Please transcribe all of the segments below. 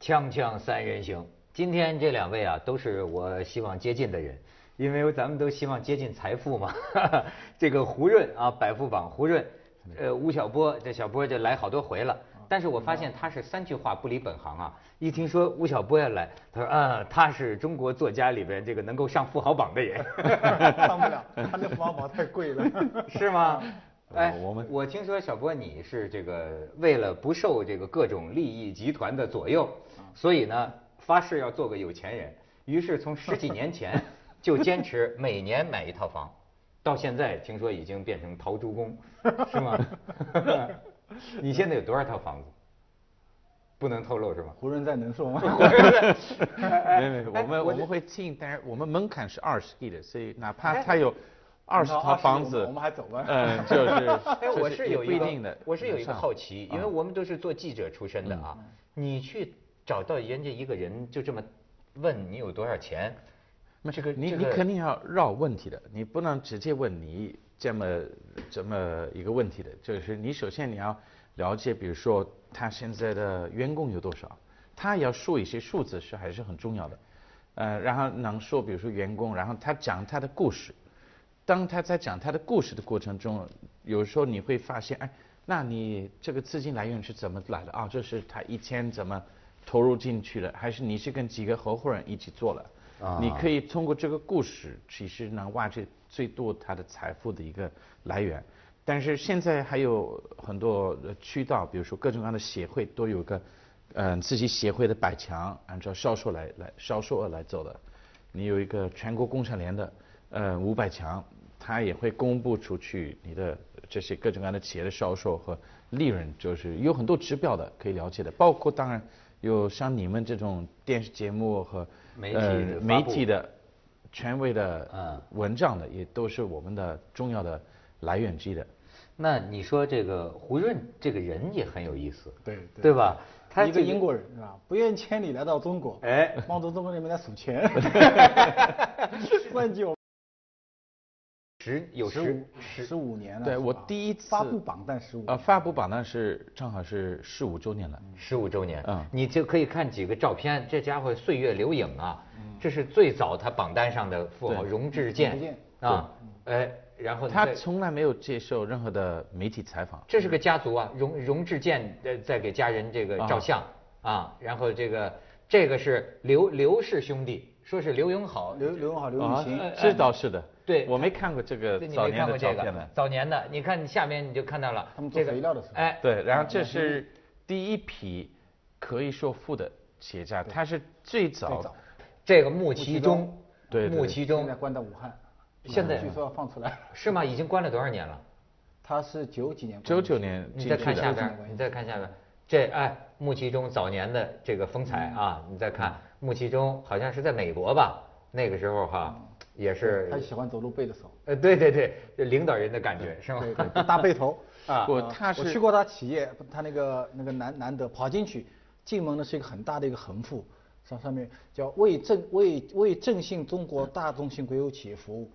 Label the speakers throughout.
Speaker 1: 锵锵三人行，今天这两位啊，都是我希望接近的人，因为咱们都希望接近财富嘛。 这个胡润啊，百富榜胡润，呃，吴晓波，这小波就来好多回了。但是我发现他是三句话不离本行啊！一听说吴晓波要来，他说：“嗯，他是中国作家里边这个能够上富豪榜的人。”
Speaker 2: 上不了，他那富豪宝太贵了。
Speaker 1: 是吗？哎，
Speaker 3: 呃我们
Speaker 1: 我听说小波你是这个为了不受这个各种利益集团的左右，
Speaker 3: 啊
Speaker 1: 所以呢发誓要做个有钱人，于是从十几年 前就坚持每年买一套房，到现在听说已经变成陶朱公，是 吗？你现在有多少套房子？不能透露是吗？
Speaker 2: 胡润在能说吗？
Speaker 3: 没没，我们我们会进，但是我们门槛是二十亿的，所以哪怕他有二十套房子，
Speaker 2: 我们还走吧。
Speaker 3: 嗯，就是，
Speaker 1: 哎，我
Speaker 3: 就是
Speaker 1: 有
Speaker 3: 不
Speaker 1: 一
Speaker 3: 一
Speaker 1: 个
Speaker 3: 定的，
Speaker 1: 我是有一个好奇，因为
Speaker 3: 嗯
Speaker 1: 我们都是做记者出身的啊，你去找到人家一个人就这么问你有多少钱，
Speaker 3: 没
Speaker 1: 这个
Speaker 3: 你
Speaker 1: 这
Speaker 3: 你
Speaker 1: 个
Speaker 3: 肯定要绕问题的，你不能直接问你这么这么一个问题的，就是你首先你要了解，比如说他现在的员工有多少，他要说一些数字是还是很重要的，呃，然后能说比如说员工，然后他讲他的故事，当他在讲他的故事的过程中，有时候你会发现，哎，那你这个资金来源是怎么来的啊？这是他以前怎么投入进去的，还是你是跟几个合伙人一起做了？
Speaker 1: 啊
Speaker 3: 你可以通过这个故事，其实能挖掘最多他的财富的一个来源。但是现在还有很多呃渠道，比如说各种各样的协会都有个，嗯、自己协会的百强，按照销售来来销售额来走的。你有一个全国工商联的呃五百强，它也会公布出去你的这些各种各样的企业的销售和利润，就是有很多指标的可以了解的，包括当然有像你们这种电视节目和
Speaker 1: 媒体的
Speaker 3: 呃
Speaker 1: 发布
Speaker 3: 媒体的权威的
Speaker 1: 嗯
Speaker 3: 文章的，也都是我们的重要的来源之一的。
Speaker 1: 那你说这个胡润这个人也很有意思，
Speaker 2: 对对
Speaker 1: 对吧？他
Speaker 2: 一
Speaker 1: 这
Speaker 2: 个英国人是吧？不远千里来到中国，
Speaker 1: 哎，
Speaker 2: 帮助中国人民来数钱，
Speaker 3: 哎
Speaker 2: 问九
Speaker 1: 十有
Speaker 2: 十
Speaker 1: 十
Speaker 2: 五十五年了。
Speaker 3: 对
Speaker 2: 是吧
Speaker 3: 我第一次
Speaker 2: 发布榜单十五，
Speaker 3: 呃，发布榜单是正好是十五周年了。
Speaker 1: 十五周年
Speaker 3: 嗯，
Speaker 1: 你就可以看几个照片，这家伙岁月留影啊，这是最早他榜单上的富豪
Speaker 3: 对
Speaker 1: 荣志健
Speaker 2: 荣志健
Speaker 1: 啊，哎，然后
Speaker 3: 他
Speaker 1: 再
Speaker 3: 从来没有接受任何的媒体采访。
Speaker 1: 这是个家族啊，荣荣志健呃在给家人这个照相啊然后这个这个是刘刘氏兄弟，说是刘永好，
Speaker 2: 刘刘永好、刘
Speaker 3: 啊
Speaker 2: 雨昕，
Speaker 3: 这倒是的。
Speaker 1: 哎对
Speaker 3: 我没看过这个
Speaker 1: 对你
Speaker 3: 早
Speaker 1: 没
Speaker 3: 年
Speaker 1: 看
Speaker 3: 的
Speaker 1: 过
Speaker 3: 照
Speaker 1: 这
Speaker 3: 片
Speaker 1: 个
Speaker 3: 呢。
Speaker 1: 早年的，你看下面你就看到了
Speaker 2: 他们做
Speaker 1: 这个
Speaker 2: 肥料的时候
Speaker 1: 哎，
Speaker 3: 对，然后这是第一批可以说富的企业家，他是最
Speaker 2: 最
Speaker 3: 早
Speaker 2: 早。
Speaker 1: 这个穆其中，
Speaker 3: 对对对
Speaker 1: 穆其
Speaker 2: 现在
Speaker 1: 中
Speaker 2: 关到武汉，嗯
Speaker 1: 现在
Speaker 2: 据说要放出来，
Speaker 1: 是吗？已经关了多少年了？
Speaker 2: 他是九几年关
Speaker 3: 九
Speaker 2: 进去的，嗯
Speaker 3: 九嗯年
Speaker 1: 你
Speaker 3: 进
Speaker 1: 再
Speaker 3: 去
Speaker 1: 看下
Speaker 3: 的。
Speaker 1: 边儿，你再看下边儿，这哎，穆其中早年的这个风采啊，
Speaker 3: 嗯
Speaker 1: 你再看穆其中好像是在美国吧，那个时候
Speaker 3: 嗯
Speaker 1: 哈也是
Speaker 2: 他喜欢走路背着走，
Speaker 1: 呃，对对对，这领导人的感觉是吗？
Speaker 2: 对对，大背头。
Speaker 1: 啊
Speaker 3: 我
Speaker 2: 啊
Speaker 3: 他
Speaker 2: 我
Speaker 3: 是
Speaker 2: 去过他企业，他那个那个南南德跑进去，进门呢是一个很大的一个横幅，上上面叫为振为为振兴中国大众性国有企业服务。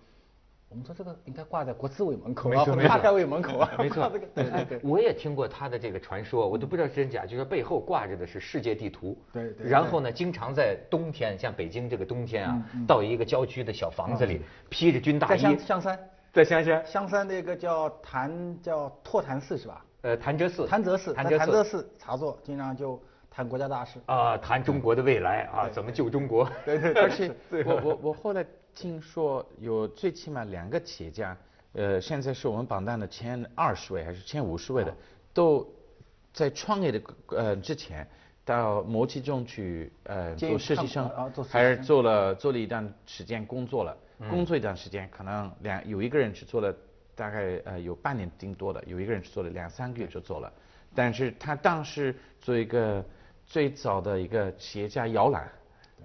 Speaker 2: 我们说这个应该挂在国资委门口啊，或者发改委门口啊，
Speaker 1: 没错
Speaker 2: 挂这个 对对对。
Speaker 1: 我也听过他的这个传说，我都不知道真假，就说背后挂着的是世界地图。
Speaker 2: 对对对嗯
Speaker 1: 然后呢，经常在冬天，像北京这个冬天啊，到一个郊区的小房子里，披着军大
Speaker 2: 在
Speaker 1: 衣
Speaker 2: 香，香山，
Speaker 1: 在香山，
Speaker 2: 香山那个叫潭叫拓潭寺是吧？
Speaker 1: 呃，潭柘寺，
Speaker 2: 潭柘寺，
Speaker 1: 潭
Speaker 2: 在潭
Speaker 1: 柘
Speaker 2: 柘
Speaker 1: 寺
Speaker 2: 寺茶座，经常就谈国家大事。
Speaker 1: 啊，谈中国的未来啊，怎么救中国？对 对
Speaker 3: 而且我我我后来听说有最起码两个企业家，呃，现在是我们榜单的前二十位还是前五十
Speaker 1: 啊
Speaker 3: 位的，都在创业的呃之前到某其中去呃
Speaker 2: 监狱
Speaker 3: 做实习生
Speaker 2: 看管啊做，实习
Speaker 3: 还是
Speaker 2: 生
Speaker 3: 做了做了一段时间工作了，
Speaker 2: 嗯
Speaker 3: 工作一段时间可能两有一个人是做了大概呃有半年顶多的，有一个人是做了两三个月就做了，但是他当时做一个最早的一个企业家摇篮。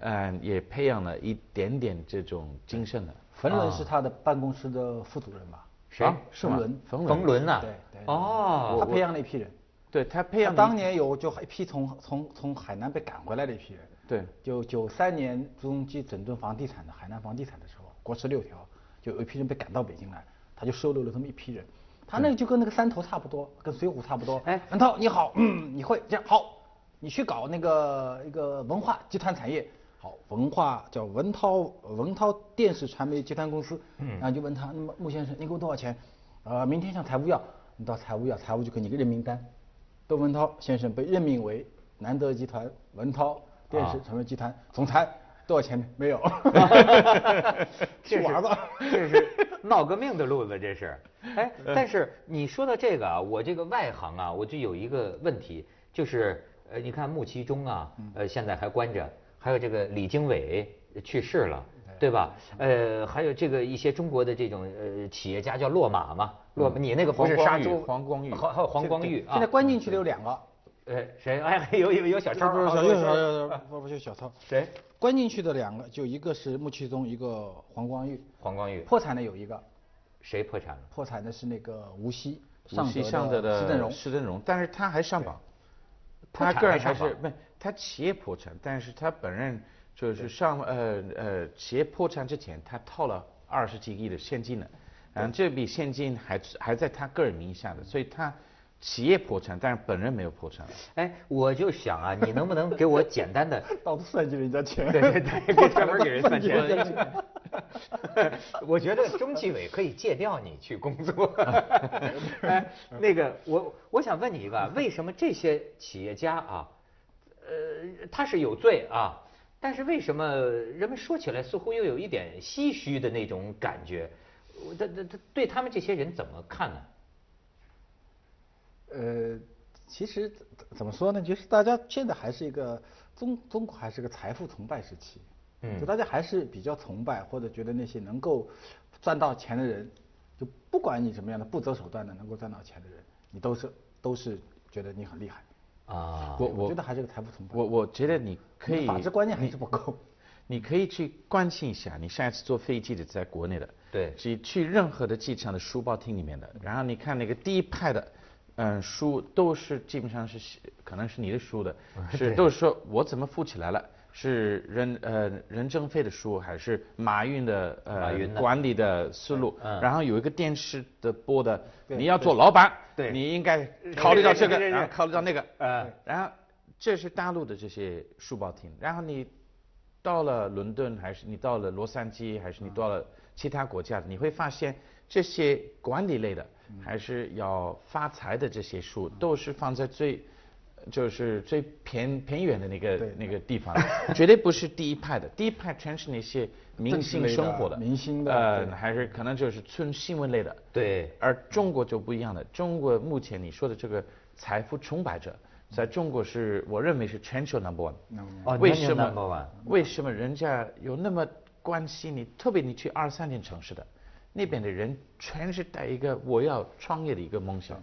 Speaker 3: 嗯，也培养了一点点这种精神的。
Speaker 2: 冯仑是他的办公室的副主任吧？
Speaker 1: 谁
Speaker 3: 啊是吗
Speaker 2: 啊冯仑？
Speaker 3: 冯
Speaker 1: 冯
Speaker 3: 仑，
Speaker 1: 仑呐
Speaker 2: 对对对，
Speaker 1: 哦，
Speaker 2: 他培养了一批人。
Speaker 3: 对他培养
Speaker 2: 他
Speaker 3: 的
Speaker 2: 当年有就一批从从从海南被赶回来的一批人，
Speaker 3: 对
Speaker 2: 就九三年朱镕基整顿房地产的海南房地产的时候，国十六条，就有一批人被赶到北京来，他就收留了这么一批人。他那个就跟那个山头差不多，跟水浒差不多。
Speaker 1: 哎
Speaker 2: 哎，文涛你好，嗯，你会这样好，你去搞那个一个文化集团产业，好，文化叫文涛文涛电视传媒集团公司，然后就问他，那么穆先生，你给我多少钱？啊、明天向财务要，你到财务要，财务就给你个任名单。窦文涛先生被任命为南德集团文涛电视传媒集团总裁，多少钱呢？ 没有， 去玩吧。
Speaker 1: 这是闹革命的路子，这 是。哎，
Speaker 2: 嗯
Speaker 1: 但是你说到这个啊，我这个外行啊，我就有一个问题，就是呃，你看穆其中啊，
Speaker 2: 嗯
Speaker 1: 呃，现在还关着，还有这个李经纬去世了。
Speaker 2: 哎
Speaker 1: 对吧？呃，还有这个一些中国的这种呃企业家叫落马嘛，落马
Speaker 2: 嗯
Speaker 1: 你那个不是
Speaker 3: 黄
Speaker 1: 杀
Speaker 3: 光裕
Speaker 1: 猪，
Speaker 3: 黄光裕
Speaker 1: 还还有黄光裕啊。
Speaker 2: 现在关进去的有两个，
Speaker 1: 呃谁？哎，有有有小超，
Speaker 2: 不是
Speaker 1: 啊
Speaker 2: 小
Speaker 1: 对
Speaker 2: 月小
Speaker 1: 对
Speaker 2: 月， 不不是小涛，
Speaker 1: 谁？
Speaker 2: 关进去的两个，就一个是穆其中，一个黄光裕。
Speaker 1: 黄光裕，
Speaker 2: 破产的有一个，
Speaker 1: 谁破产了？
Speaker 2: 破产的是那个无锡
Speaker 3: 无锡上德的
Speaker 2: 施正荣。
Speaker 3: 施正荣，但是他还上榜，
Speaker 1: 破
Speaker 3: 他
Speaker 1: 产
Speaker 3: 个人
Speaker 1: 还
Speaker 3: 还
Speaker 1: 上
Speaker 3: 是不，他企业破产，但是他本人就是上呃呃企业破产之前，他套了二十几亿的现金呢，嗯，这笔现金还还在他个人名下的，所以他企业破产，但是本人没有破产。
Speaker 1: 哎，我就想啊，你能不能给我简单的？
Speaker 2: 到处算计人家 钱。
Speaker 1: 对对对，给专门给人算
Speaker 2: 破产了
Speaker 1: 钱。 我觉得中纪委可以借调你去工作。 哎，那个，我我想问你一个啊，为什么这些企业家啊，呃，他是有罪啊，但是为什么人们说起来似乎又有一点唏嘘的那种感觉？我这这这对他们这些人怎么看呢？
Speaker 2: 呃，其实怎怎么说呢，就是大家现在还是一个中中国还是个财富崇拜时期，
Speaker 1: 嗯
Speaker 2: 就大家还是比较崇拜或者觉得那些能够赚到钱的人，就不管你什么样的不择手段的能够赚到钱的人，你都是都是觉得你很厉害。
Speaker 1: 啊，
Speaker 3: 我
Speaker 2: 对
Speaker 3: 我
Speaker 2: 觉得还是个财富崇拜。
Speaker 3: 我我觉得你可以，
Speaker 2: 法治观念还是不够。
Speaker 3: 你可以去关心一下，你下一次坐飞机的在国内的，
Speaker 1: 对
Speaker 3: 去去任何的机场的书报厅里面的，然后你看那个第一排的，嗯，书都是基本上是写可能是你的 书的，是都是说我怎么富起来了。是任呃任正非的书，还是马云的
Speaker 1: 马
Speaker 3: 呃
Speaker 1: 云的
Speaker 3: 管理的思路？
Speaker 1: 嗯
Speaker 3: 然后有一个电视的播的，
Speaker 2: 对
Speaker 3: 你要做老板，
Speaker 1: 对
Speaker 3: 你应该考虑到这个，
Speaker 1: 对对对对对
Speaker 3: 然后考虑到那个，
Speaker 1: 呃，
Speaker 3: 然后这是大陆的这些书报亭，然后你到了伦敦，还是你到了洛杉矶，还是你到了其他国家，你会发现这些管理类的，
Speaker 2: 嗯
Speaker 3: 还是要发财的这些书，都是放在最。就是最偏偏远的那个
Speaker 2: 对
Speaker 3: 那个地方，绝对不是第一派的。第一派全是那些明星生活
Speaker 2: 政
Speaker 3: 的，
Speaker 2: 治类的明星的
Speaker 3: 呃，
Speaker 2: 对
Speaker 3: 还是可能就是纯新闻类的。
Speaker 1: 对，
Speaker 3: 而中国就不一样了，中国目前你说的这个财富崇拜者，在中国是我认为是全球 number one。
Speaker 1: 哦
Speaker 3: 为
Speaker 1: 全球
Speaker 3: 什
Speaker 1: number one
Speaker 3: 么？
Speaker 2: 嗯
Speaker 3: 为什么人家有那么关心你？特别你去二三线城市的，那边的人全是带一个我要创业的一个梦想，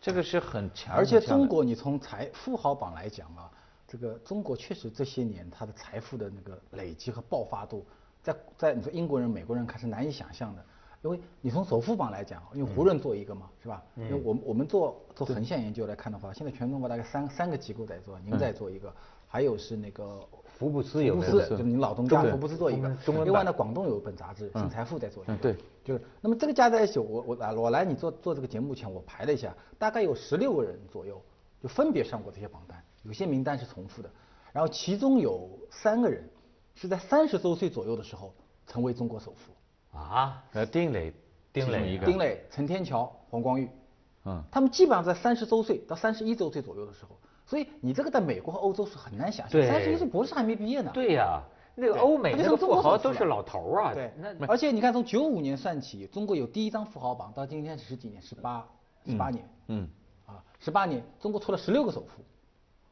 Speaker 3: 这个是很强。
Speaker 2: 嗯而且
Speaker 3: 很强的
Speaker 2: 中国，你从财富豪榜来讲啊，这个中国确实这些年它的财富的那个累积和爆发度，在在你说英国人、美国人看是难以想象的。因为你从首富榜来讲，因为胡润做一个嘛，
Speaker 1: 嗯
Speaker 2: 是吧？因为我们我们做做横线研究来看的话，现在全中国大概三三个机构在做，您在做一个，还有是那个
Speaker 1: 嗯福布斯有
Speaker 2: 福
Speaker 1: 没
Speaker 2: 布
Speaker 1: 有
Speaker 2: 斯
Speaker 1: 在做
Speaker 2: 就是你老东家
Speaker 1: 中
Speaker 2: 福布斯做一个
Speaker 1: 中文中，文
Speaker 2: 另外呢，
Speaker 1: 版
Speaker 2: 广东有一本杂志《新财富》在做一个，
Speaker 3: 嗯对，
Speaker 2: 就是那么这个加在一起，我我啊来我来你做做这个节目前，我排了一下，大概有十六个人左右，就分别上过这些榜单，有些名单是重复的，然后其中有三个人是在三十周岁左右的时候成为中国首富，
Speaker 1: 啊，
Speaker 3: 呃，丁磊，
Speaker 1: 丁磊啊
Speaker 3: 其中一个，
Speaker 2: 丁磊、陈天桥、黄光裕，
Speaker 3: 嗯，
Speaker 2: 他们基本上在三十周岁到三十一周岁左右的时候，所以你这个在美国和欧洲是很难想象，
Speaker 1: 对
Speaker 2: 三十一岁博士还没毕业呢，
Speaker 1: 对呀，那个
Speaker 2: 对
Speaker 1: 欧美
Speaker 2: 他就
Speaker 1: 那
Speaker 2: 成
Speaker 1: 个
Speaker 2: 中
Speaker 1: 富
Speaker 2: 国
Speaker 1: 豪
Speaker 2: 首富
Speaker 1: 都是
Speaker 2: 了
Speaker 1: 老头儿啊，
Speaker 2: 对，
Speaker 1: 那
Speaker 2: 而且你看，从九五年算起，中国有第一张富豪榜，到今天十几年，十八十八年，
Speaker 3: 嗯，
Speaker 2: 啊，十八年，中国出了十六个首富，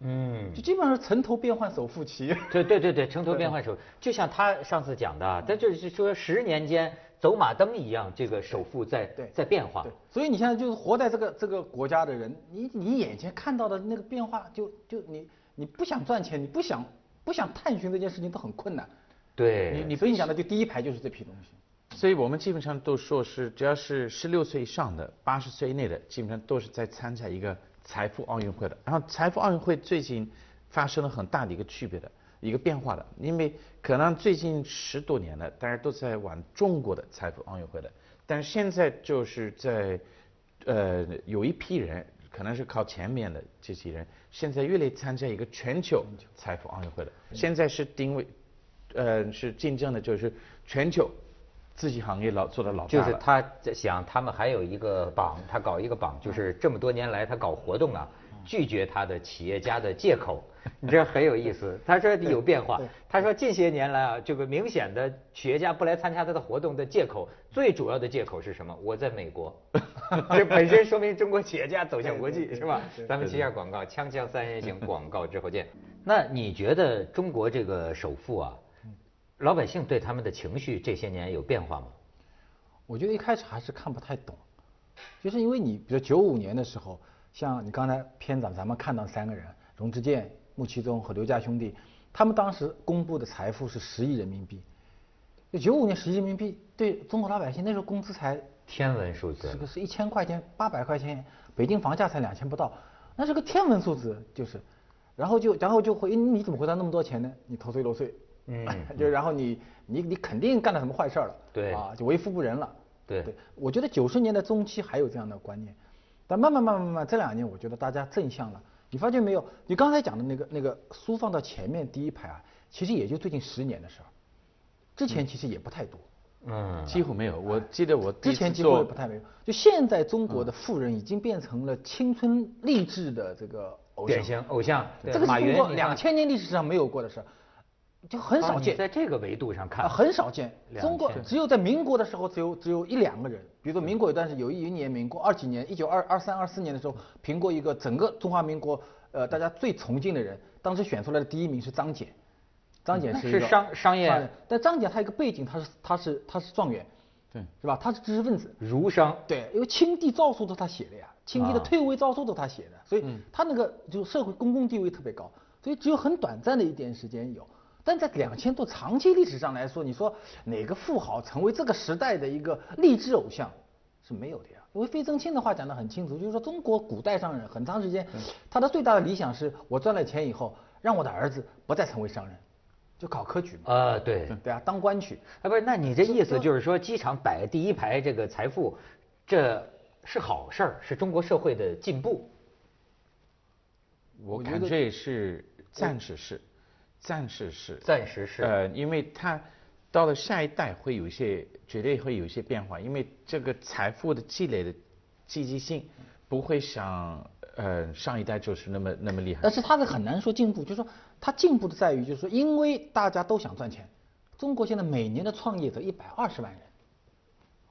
Speaker 1: 嗯，
Speaker 2: 就基本上是城头变换首富期。
Speaker 1: 对对对对，城头变换首，就像他上次讲的啊，他就是说十年间走马灯一样，这个首富在
Speaker 2: 对
Speaker 1: 在 变化
Speaker 2: 对，，所以你现在就是活在这个这个国家的人，你你眼前看到的那个变化就，就你你不想赚钱，你不想不想探寻这件事情都很困难。
Speaker 1: 对，
Speaker 2: 你所以你讲的就第一排就是这批东西。
Speaker 3: 所以我们基本上都说是，只要是十六岁以上的、八十岁以内的，基本上都是在参加一个财富奥运会的。然后财富奥运会最近发生了很大的一个区别的一个变化的，因为可能最近十多年了，大家都在玩中国的财富奥运会的，但是现在就是在呃有一批人可能是靠前面的这些人，现在越来越参加一个全球财富奥运会了。现在是定位，呃，是竞争的就是全球自己行业老做的老大
Speaker 1: 就是
Speaker 3: 了
Speaker 1: 他在想，他们还有一个榜，他搞一个榜，
Speaker 3: 嗯
Speaker 1: 就是这么多年来他搞活动啊，拒绝他的企业家的借口，你这很有意思。他说有变化
Speaker 2: 对，
Speaker 1: 他说近些年来啊，这个明显的企业家不来参加他的活动的借口，最主要的借口是什么？我在美 国，这本身说明中国企业家走向国际是吧？咱们接下广告，锵锵三人行
Speaker 3: 嗯
Speaker 1: 广告之后见。那你觉得中国这个首富啊，
Speaker 3: 嗯
Speaker 1: 老百姓对他们的情绪这些年有变化吗？
Speaker 2: 我觉得一开始还是看不太懂，就是因为你，比如九五年的时候，像你刚才片长咱们看到三个人，荣之健、穆其中和刘家兄弟，他们当时公布的财富是十亿人民币，就九五年十亿人民币对中国老百姓那时候工资才
Speaker 1: 天文数字
Speaker 2: 这个是一千块钱、八百块钱，北京房价才两千不到，那是个天文数字，就是，然后就然后就会，诶哎你怎么会赚那么多钱呢？你偷税漏税，
Speaker 1: 嗯
Speaker 2: 就然后你你你肯定干了什么坏事儿了，
Speaker 1: 对
Speaker 2: 啊，就为富不仁了，
Speaker 1: 对
Speaker 2: 我觉得九十年代中期还有这样的观念，但慢慢慢慢慢慢这两年，我觉得大家正向了。你发觉没有？你刚才讲的那个那个书放到前面第一排啊，其实也就最近十年的事儿，之前其实也不太多。
Speaker 1: 嗯，
Speaker 3: 几乎没有。我记得我第一
Speaker 2: 之
Speaker 3: 次
Speaker 2: 前几乎
Speaker 3: 做
Speaker 2: 也不太没有。就现在中国的富人已经变成了青春励志的这个偶像，
Speaker 1: 典型偶像，对
Speaker 2: 这个
Speaker 1: 马
Speaker 2: 是中
Speaker 1: 云哦
Speaker 2: 国两千年历史上没有过的事儿，就很少见。
Speaker 1: 在这个维度上看，
Speaker 2: 啊，很少见。中国
Speaker 1: 2000
Speaker 2: 只有在民国的时候，只有只有一两个人。比如说民国有段时间，有一年民国二几年，一九二二三二四年的时候，评过一个整个中华民国呃大家最崇敬的人，当时选出来的第一名是张謇。张謇是一
Speaker 1: 嗯是
Speaker 2: 个
Speaker 1: 商商业
Speaker 2: 人，但张謇他有一个背景，他是他是他是状元，
Speaker 3: 对，
Speaker 2: 是吧？他是知识分子，
Speaker 1: 儒商，
Speaker 2: 对，因为清帝诏书都他写的呀，清帝的
Speaker 1: 啊嗯
Speaker 2: 退位诏书都他写的，所以他那个就是社会公共地位特别高，所以只有很短暂的一点时间有。但在两千多长期历史上来说，你说哪个富豪成为这个时代的一个励志偶像是没有的呀？因为费正清的话讲得很清楚，就是说中国古代商人很长时间，
Speaker 1: 嗯
Speaker 2: 他的最大的理想是我赚了钱以后，让我的儿子不再成为商人，就考科举嘛，
Speaker 1: 呃，对，
Speaker 2: 对啊，当官去。
Speaker 1: 啊，不是，那你这意思就是说，机场摆第一排这个财富，这是好事儿，是中国社会的进步。
Speaker 3: 我
Speaker 2: 我觉
Speaker 3: 感
Speaker 2: 得
Speaker 3: 觉也是暂时是，暂时是，
Speaker 1: 暂时是
Speaker 3: 呃，因为它到了下一代会有一些，绝对会有一些变化，因为这个财富的积累的积极性不会像呃上一代就是那么那么厉害
Speaker 2: 但。是他的很难说进步，就是说他进步的在于，就是说因为大家都想赚钱，中国现在每年的创业者一百二十万人。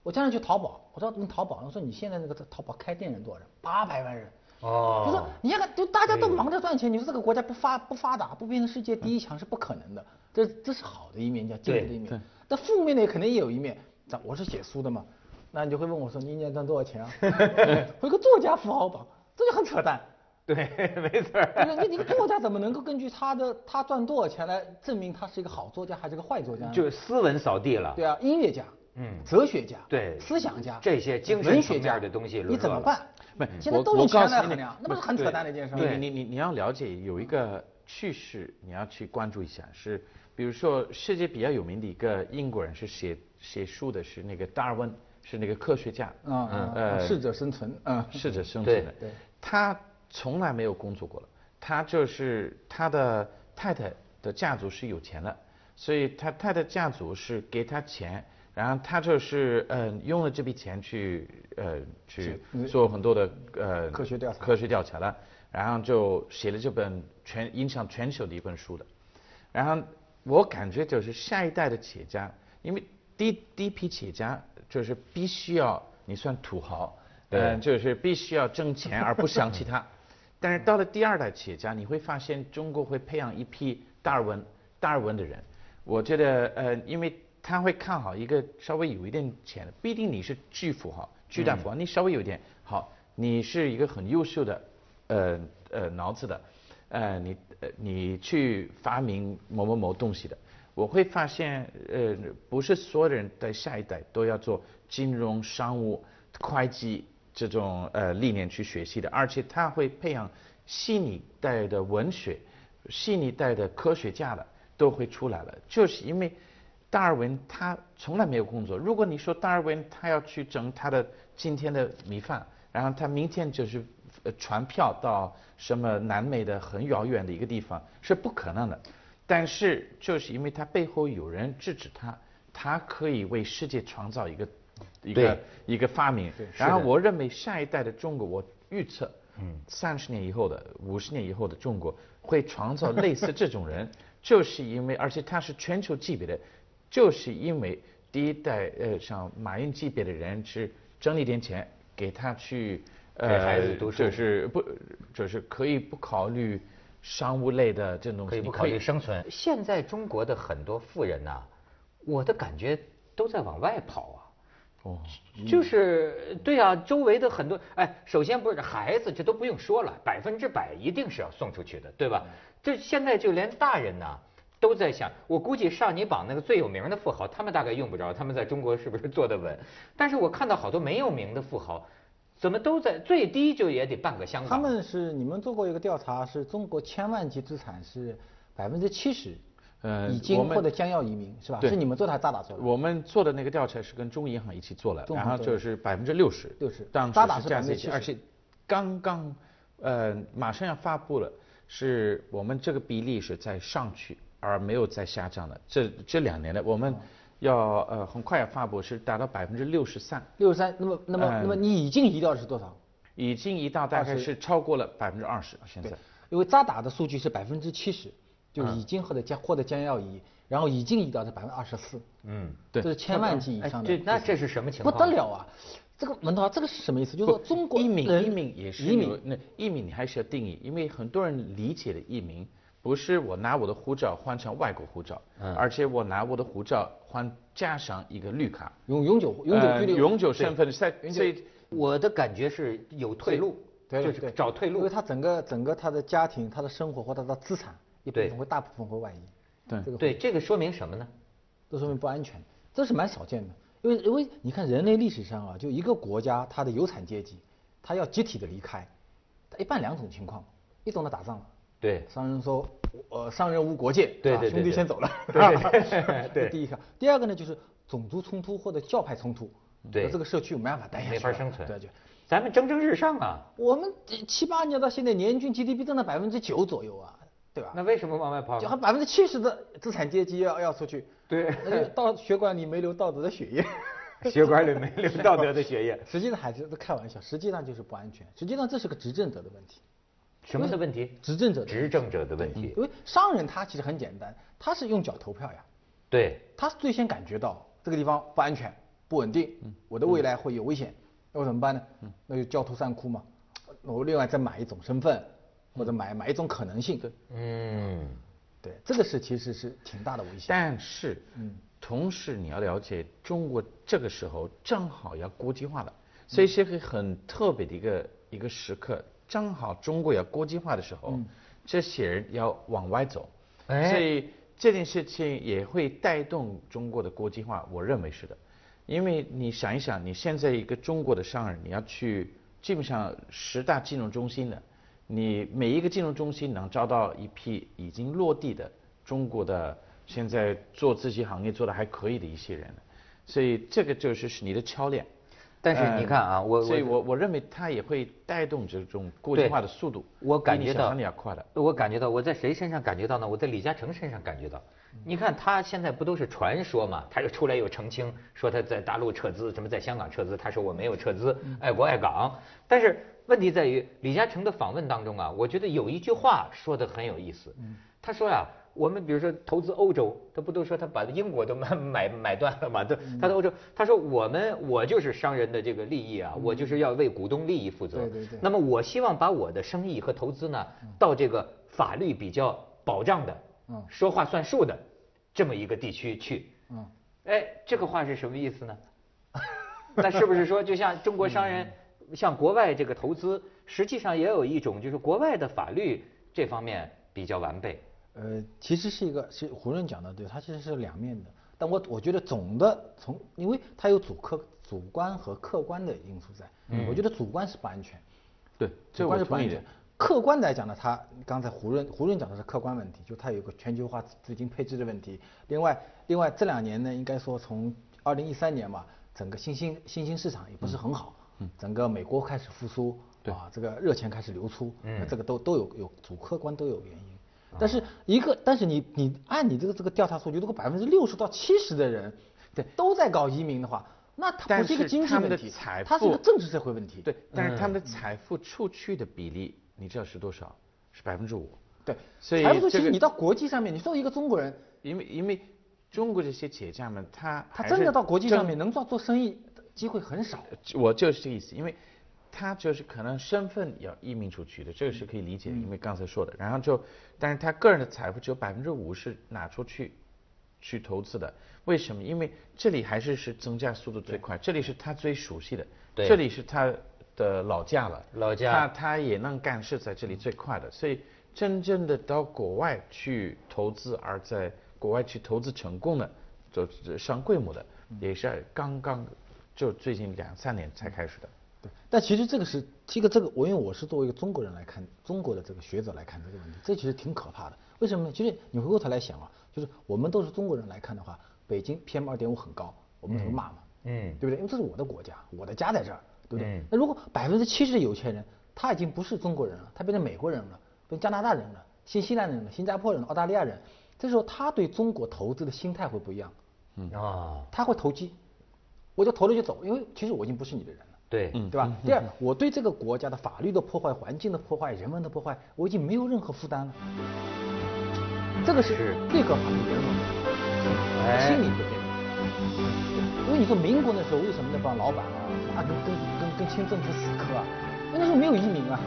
Speaker 2: 我经常去淘宝，我说你淘宝，我说你现在那个淘宝开店人多少人？八百万人。
Speaker 1: 哦
Speaker 2: 就说你看看，就大家都
Speaker 1: 哎呦
Speaker 2: 忙着赚钱，你说这个国家不发不发达，不变成世界第一强是不可能的。这这是好的一面，叫进步的
Speaker 1: 对
Speaker 2: 一面。但负面的肯定也有一面。咱我是写书的嘛，那你就会问我说你一年赚多少 钱啊？我一个作家富豪榜，这就很扯淡。
Speaker 1: 对， 没 错儿。
Speaker 2: 就是你你个作家怎么能够根据他的他赚多少钱来证明他是一个好作家还是个坏作家呢？
Speaker 1: 就是斯文扫地了。
Speaker 2: 嗯对啊，音乐家，
Speaker 1: 嗯
Speaker 2: 哲学家，
Speaker 1: 对
Speaker 2: 思想家，
Speaker 1: 这些精神
Speaker 2: 文学
Speaker 1: 层
Speaker 2: 家
Speaker 1: 面的东西沦
Speaker 2: 你怎
Speaker 1: 落
Speaker 2: 么
Speaker 1: 了
Speaker 2: 办？
Speaker 3: 不是
Speaker 2: 现在
Speaker 3: 我
Speaker 2: 都用
Speaker 3: 我
Speaker 2: 钱
Speaker 3: 告诉
Speaker 2: 来
Speaker 3: 你
Speaker 2: 衡量，那不是很扯淡的一件事吗？
Speaker 3: 你你你你要了解有一个趣事，你要去关注一下，是比如说世界比较有名的一个英国人是写写书的，是那个达尔文，是那个科学家，
Speaker 2: 嗯嗯
Speaker 3: 呃
Speaker 2: 嗯，适者生存，嗯，
Speaker 3: 适者生
Speaker 1: 对
Speaker 3: 存的。
Speaker 2: 对
Speaker 3: 他从来没有工作过了，他就是他的太太的家族是有钱的，所以他太太家族是给他钱，然后他就是嗯、用了这笔钱去呃去
Speaker 2: 嗯
Speaker 3: 做很多的呃
Speaker 2: 科学调查
Speaker 3: 科学调查了，然后就写了这本全影响全球的一本书的。然后我感觉就是下一代的企业家，因为第一第一批企业家就是必须要你算土豪，
Speaker 1: 对
Speaker 3: 嗯，就是必须要挣钱而不想 其他。但是到了第二代企业家，你会发现中国会培养一批达尔文达尔文的人。我觉得呃，因为他会看好一个稍微有一点钱的，不一定你是巨富豪、巨
Speaker 2: 嗯
Speaker 3: 大富豪，你稍微有一点好，你是一个很优秀的，呃呃脑子的，呃你呃你去发明某某某东西的。我会发现，呃，不是所有人在下一代都要做金融、商务、会计这种呃历练去学习的，而且他会培养新一代的文学、新一代的科学家的都会出来了，就是因为达尔文他从来没有工作。如果你说达尔文他要去整他的今天的米饭，然后他明天就是呃船票到什么南美的很遥远的一个地方是不可能的。但是就是因为他背后有人制止他，他可以为世界创造一个一个一个发明。然后我认为下一代的中国，我预测，嗯，三十年以后的、五十年以后的中国会创造类似这种 人，就是因为而且他是全球级别的，就是因为第一代呃像马云级别的人是挣了一点钱给他去呃
Speaker 1: 给孩子读书
Speaker 3: 就是不就是可以不考虑。商务类的这种东
Speaker 1: 可
Speaker 3: 西，
Speaker 1: 以
Speaker 3: 你
Speaker 1: 不考虑生存。现在中国的很多富人呐、我的感觉都在往外跑啊。
Speaker 3: 哦，
Speaker 2: 嗯
Speaker 1: 就是对啊，周围的很多哎，首先不是孩子，这都不用说了，百分之百一定是要送出去的，对
Speaker 2: 嗯
Speaker 1: 吧？这现在就连大人呐、都在想，我估计少女榜那个最有名的富豪，他们大概用不着，他们在中国是不是坐得 稳？但是我看到好多没有名的富豪，怎么都在最低就也得半个香港。
Speaker 2: 他们是你们做过一个调查，是中国千万级资产是百分之七十，
Speaker 3: 呃
Speaker 2: 已
Speaker 3: 我
Speaker 2: 经
Speaker 3: 们
Speaker 2: 或者将要移民，是吧？
Speaker 3: 对
Speaker 2: 是你们做的还是大打做的？
Speaker 3: 我们做的那个调查是跟中国银行一起做了，
Speaker 2: 中行
Speaker 3: 然后
Speaker 2: 做的
Speaker 3: 就是百分之六十，
Speaker 2: 60%
Speaker 3: 当
Speaker 2: 渣打
Speaker 3: 时
Speaker 2: 是
Speaker 3: 这样子，
Speaker 2: 70%
Speaker 3: 而且刚刚呃马上要发布了，是我们这个比例是在上去而没有在下降的，这这两年的我
Speaker 2: 哦
Speaker 3: 们要呃很快要发布是达到百分之六十三，
Speaker 2: 六十三，那么那么
Speaker 3: 嗯
Speaker 2: 那么你已经移掉的是多少？
Speaker 3: 已经移到大概是超过了百分之二十，现在
Speaker 2: 对，因为渣打的数据是百分之七十，就是
Speaker 3: 嗯
Speaker 2: 已经或者将或者将要移，然后已经移到的百分之二十四，
Speaker 1: 嗯，
Speaker 3: 对
Speaker 2: 这是千万级以上的
Speaker 1: 哎这那这是什么情况
Speaker 2: 不得了啊！这个文涛，这个是什么意思？就是说中国
Speaker 3: 移民
Speaker 2: 人
Speaker 3: 移民也是
Speaker 2: 移民
Speaker 3: 有那移民你还是要定义，因为很多人理解的移民不是我拿我的护照换成外国护照，
Speaker 2: 嗯
Speaker 3: 而且我拿我的护照换加上一个绿卡，
Speaker 2: 永永久永久
Speaker 3: 呃
Speaker 2: 居留，
Speaker 3: 永久身份，在
Speaker 2: 永久
Speaker 3: 所以
Speaker 1: 我的感觉是有退路，
Speaker 2: 对
Speaker 1: 就
Speaker 2: 对
Speaker 1: 是
Speaker 2: 对
Speaker 1: 找退
Speaker 2: 因为
Speaker 1: 路。
Speaker 2: 他整个整个他的家庭、他的生活或者他的资产，一部
Speaker 1: 对
Speaker 2: 分会大部分会外移，
Speaker 3: 对
Speaker 2: 这个
Speaker 1: 对，这个说明什么呢？
Speaker 2: 这说明不安全，这是蛮少见的。因为因为你看人类历史上啊，就一个国家它的有产阶级，它要集体的离开，它一般两种情况，一种呢打仗了，
Speaker 1: 对，
Speaker 2: 商人说，呃，商人无国界，
Speaker 1: 对
Speaker 2: 啊
Speaker 1: 对对
Speaker 2: 兄弟
Speaker 1: 对
Speaker 2: 先走了，
Speaker 1: 对
Speaker 2: 这
Speaker 1: 对
Speaker 2: 第一个，第二个呢就是种族冲突或者教派冲突，
Speaker 1: 对
Speaker 2: 这个社区我没办法待下去了，
Speaker 1: 没法生存。
Speaker 2: 对，就
Speaker 1: 咱们蒸蒸日上啊，
Speaker 2: 我们这七八年到现在年均 GDP 增长百分之九左右啊，对吧？
Speaker 1: 那为什么往外跑
Speaker 2: 就
Speaker 1: 呢？
Speaker 2: 还百分之七十的资产阶级要要出去，
Speaker 1: 啊对
Speaker 2: 那就到血管里没流道德的血液。
Speaker 1: 血管里没流道德的血液，
Speaker 2: 实际上还是都开玩笑，实际上就是不安全。实际上这是个执政者的问题，
Speaker 1: 什么的问题？
Speaker 2: 执政者的
Speaker 1: 执政者的问题。
Speaker 2: 因为商人他其实很简单，他是用脚投票呀，
Speaker 1: 对，
Speaker 2: 他最先感觉到这个地方不安全、不稳定，我的未来会有危险，那我怎么办呢？那就焦头丧哭嘛，那我另外再买一种身份，或者买买一种可能性。对，
Speaker 1: 嗯，
Speaker 2: 对，这个是其实是挺大的危险。嗯
Speaker 3: 但是，同时你要了解，中国这个时候正好要国际化了，所以是个很特别的一个一个时刻，正好中国要国际化的时
Speaker 2: 嗯
Speaker 3: 候，这些人要往外走，
Speaker 1: 哎
Speaker 3: 所以这件事情也会带动中国的国际化，我认为是的，因为你想一想，你现在一个中国的商人，你要去基本上十大金融中心的。你每一个金融中心能招到一批已经落地的中国的现在做自己行业做的还可以的一些人，所以这个就是是你的敲链。
Speaker 1: 但是你看啊
Speaker 3: 呃
Speaker 1: 我
Speaker 3: 所以
Speaker 1: 我
Speaker 3: 我我认为它也会带动这种国际化的速度，
Speaker 1: 我
Speaker 3: 比
Speaker 1: 感
Speaker 3: 你
Speaker 1: 觉
Speaker 3: 想
Speaker 1: 到
Speaker 3: 象的要快的。
Speaker 1: 我感觉到我在谁身上感觉到呢？我在李嘉诚身上感觉到。
Speaker 2: 嗯
Speaker 1: 你看他现在不都是传说嘛？他又出来又澄清，说他在大陆撤资，什么在香港撤资，他说我没有撤资，
Speaker 2: 嗯
Speaker 1: 爱国爱港。但是问题在于李嘉诚的访问当中啊，我觉得有一句话说的很有意思。
Speaker 2: 嗯
Speaker 1: 他说呀、我们比如说投资欧洲，他不都说他把英国都买买买断了嘛？对，
Speaker 2: 嗯
Speaker 1: 他的欧洲，他说我们我就是商人的这个利益啊，我就是要为股东利益负责。
Speaker 2: 嗯对对对
Speaker 1: 那么我希望把我的生意和投资呢，到这个法律比较保障的，
Speaker 2: 嗯
Speaker 1: 说话算数的，这么一个地区去。
Speaker 2: 嗯，
Speaker 1: 哎，这个话是什么意思呢？那是不是说，就像中国商 人向国外这个投资，实际上也有一种就是国外的法律这方面比较完备？
Speaker 2: 呃，其实是一个是胡润讲的对，它其实是两面的。但我我觉得总的从，因为它有主客主观和客观的因素在，我觉得主观是不安全，
Speaker 3: 对，
Speaker 2: 主
Speaker 3: 这
Speaker 2: 观
Speaker 3: 我
Speaker 2: 是不
Speaker 3: 同
Speaker 2: 安
Speaker 3: 意的
Speaker 2: 全。。客观来讲呢，它刚才胡润胡润讲的是客观问题，就它有个全球化资金配置的问题。另外，另外这两年呢，应该说从二零一三年嘛，整个新兴新兴市场也不是很好，整个美国开始复苏，
Speaker 3: 嗯对
Speaker 2: 啊，这个热钱开始流出，
Speaker 1: 嗯
Speaker 2: 那这个都都有有主客观都有原因。
Speaker 3: 啊
Speaker 2: 但是一个，但是你你按你这个这个调查数据，如果百分之六十到七十的人，
Speaker 3: 对，
Speaker 2: 都在搞移民的话，那它不
Speaker 3: 但
Speaker 2: 是一个
Speaker 3: 是
Speaker 2: 经济
Speaker 3: 他们
Speaker 2: 问
Speaker 3: 的
Speaker 2: 题，
Speaker 3: 财
Speaker 2: 它是一个
Speaker 3: 富
Speaker 2: 政治社会问题。
Speaker 3: 对，但是他们
Speaker 2: 嗯
Speaker 3: 的财富出去的比例，你知道是多少？是百分之五。
Speaker 2: 对，
Speaker 3: 所以
Speaker 2: 财富
Speaker 3: 这
Speaker 2: 其实
Speaker 3: 个
Speaker 2: 你到国际上面，你作为一个中国人，
Speaker 3: 因为因为中国这些企业家们，他
Speaker 2: 他
Speaker 3: 还
Speaker 2: 真
Speaker 3: 是
Speaker 2: 的到国际上
Speaker 3: 挣
Speaker 2: 面能做做生意的机会很少。
Speaker 3: 我就是这个意思，因为他就是可能身份要移民出去的，这个是可以理解，因为
Speaker 2: 嗯
Speaker 3: 刚才说的。然后就，但是他个人的财富只有百分之五是拿出去去投资的，为什么？因为这里还是是增加速度最快，这里是他最熟悉的，
Speaker 1: 对
Speaker 3: 这里是他的老家了，
Speaker 1: 老家
Speaker 3: 他他也能干事在这里最快的，所以真正的到国外去投资，而在国外去投资成功的，就就上规模的，也是刚刚就最近两三年才开始的。
Speaker 2: 对，但其实这个是这个这个，我因为我是作为一个中国人来看，中国的这个学者来看这个问题，这其实挺可怕的。为什么呢？其实你回过头来想啊，就是我们都是中国人来看的话，北京 PM 二点五很高，我们能骂吗？
Speaker 1: 嗯
Speaker 2: 对不对？因为这是我的国家，我的家在这儿，对不对？
Speaker 1: 嗯
Speaker 2: 那如果百分之七十的有钱人，他已经不是中国人了，他变成美国人了，变成加拿大人了、新西兰人了、新加坡人了、澳大利亚人，这时候他对中国投资的心态会不一样，
Speaker 1: 嗯啊，
Speaker 2: 他会投机，我就投了就走，因为其实我已经不是你的人了。
Speaker 1: 对，
Speaker 2: 对吧？第
Speaker 1: 嗯
Speaker 2: 二，我对这个国家的法律的破坏、环境的破坏、人文的破坏，我已经没有任何负担了。这个是
Speaker 1: 是
Speaker 2: 最可怕的人文，
Speaker 1: 哎
Speaker 2: 心理会变成。因为你说民国那时候，为什么那帮老板啊，那跟跟跟跟清政府死磕啊？因为那时候没有移民啊，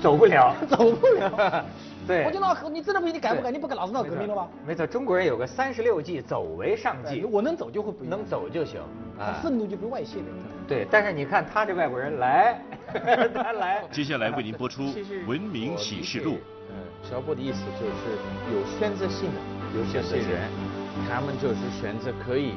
Speaker 1: 走不了。。
Speaker 2: 走不了
Speaker 1: 对
Speaker 2: 我就闹，你真的不行，你改不改？你不改，老子闹革命了吗？
Speaker 1: 没错，中国人有个三十六计，走为上
Speaker 2: 哎
Speaker 1: 计。
Speaker 2: 我能走就会不一样
Speaker 1: 能，走就行
Speaker 2: 他
Speaker 1: 啊。
Speaker 2: 愤怒就被外泄了。
Speaker 1: 对，但是你看他这外国人来， 他来，
Speaker 4: 接下来为您播出
Speaker 3: 其实
Speaker 4: 《文明启示录》。
Speaker 3: 嗯，小波的意思就是有选择性的，
Speaker 1: 有选择性
Speaker 3: 这些人，他们就是选择可以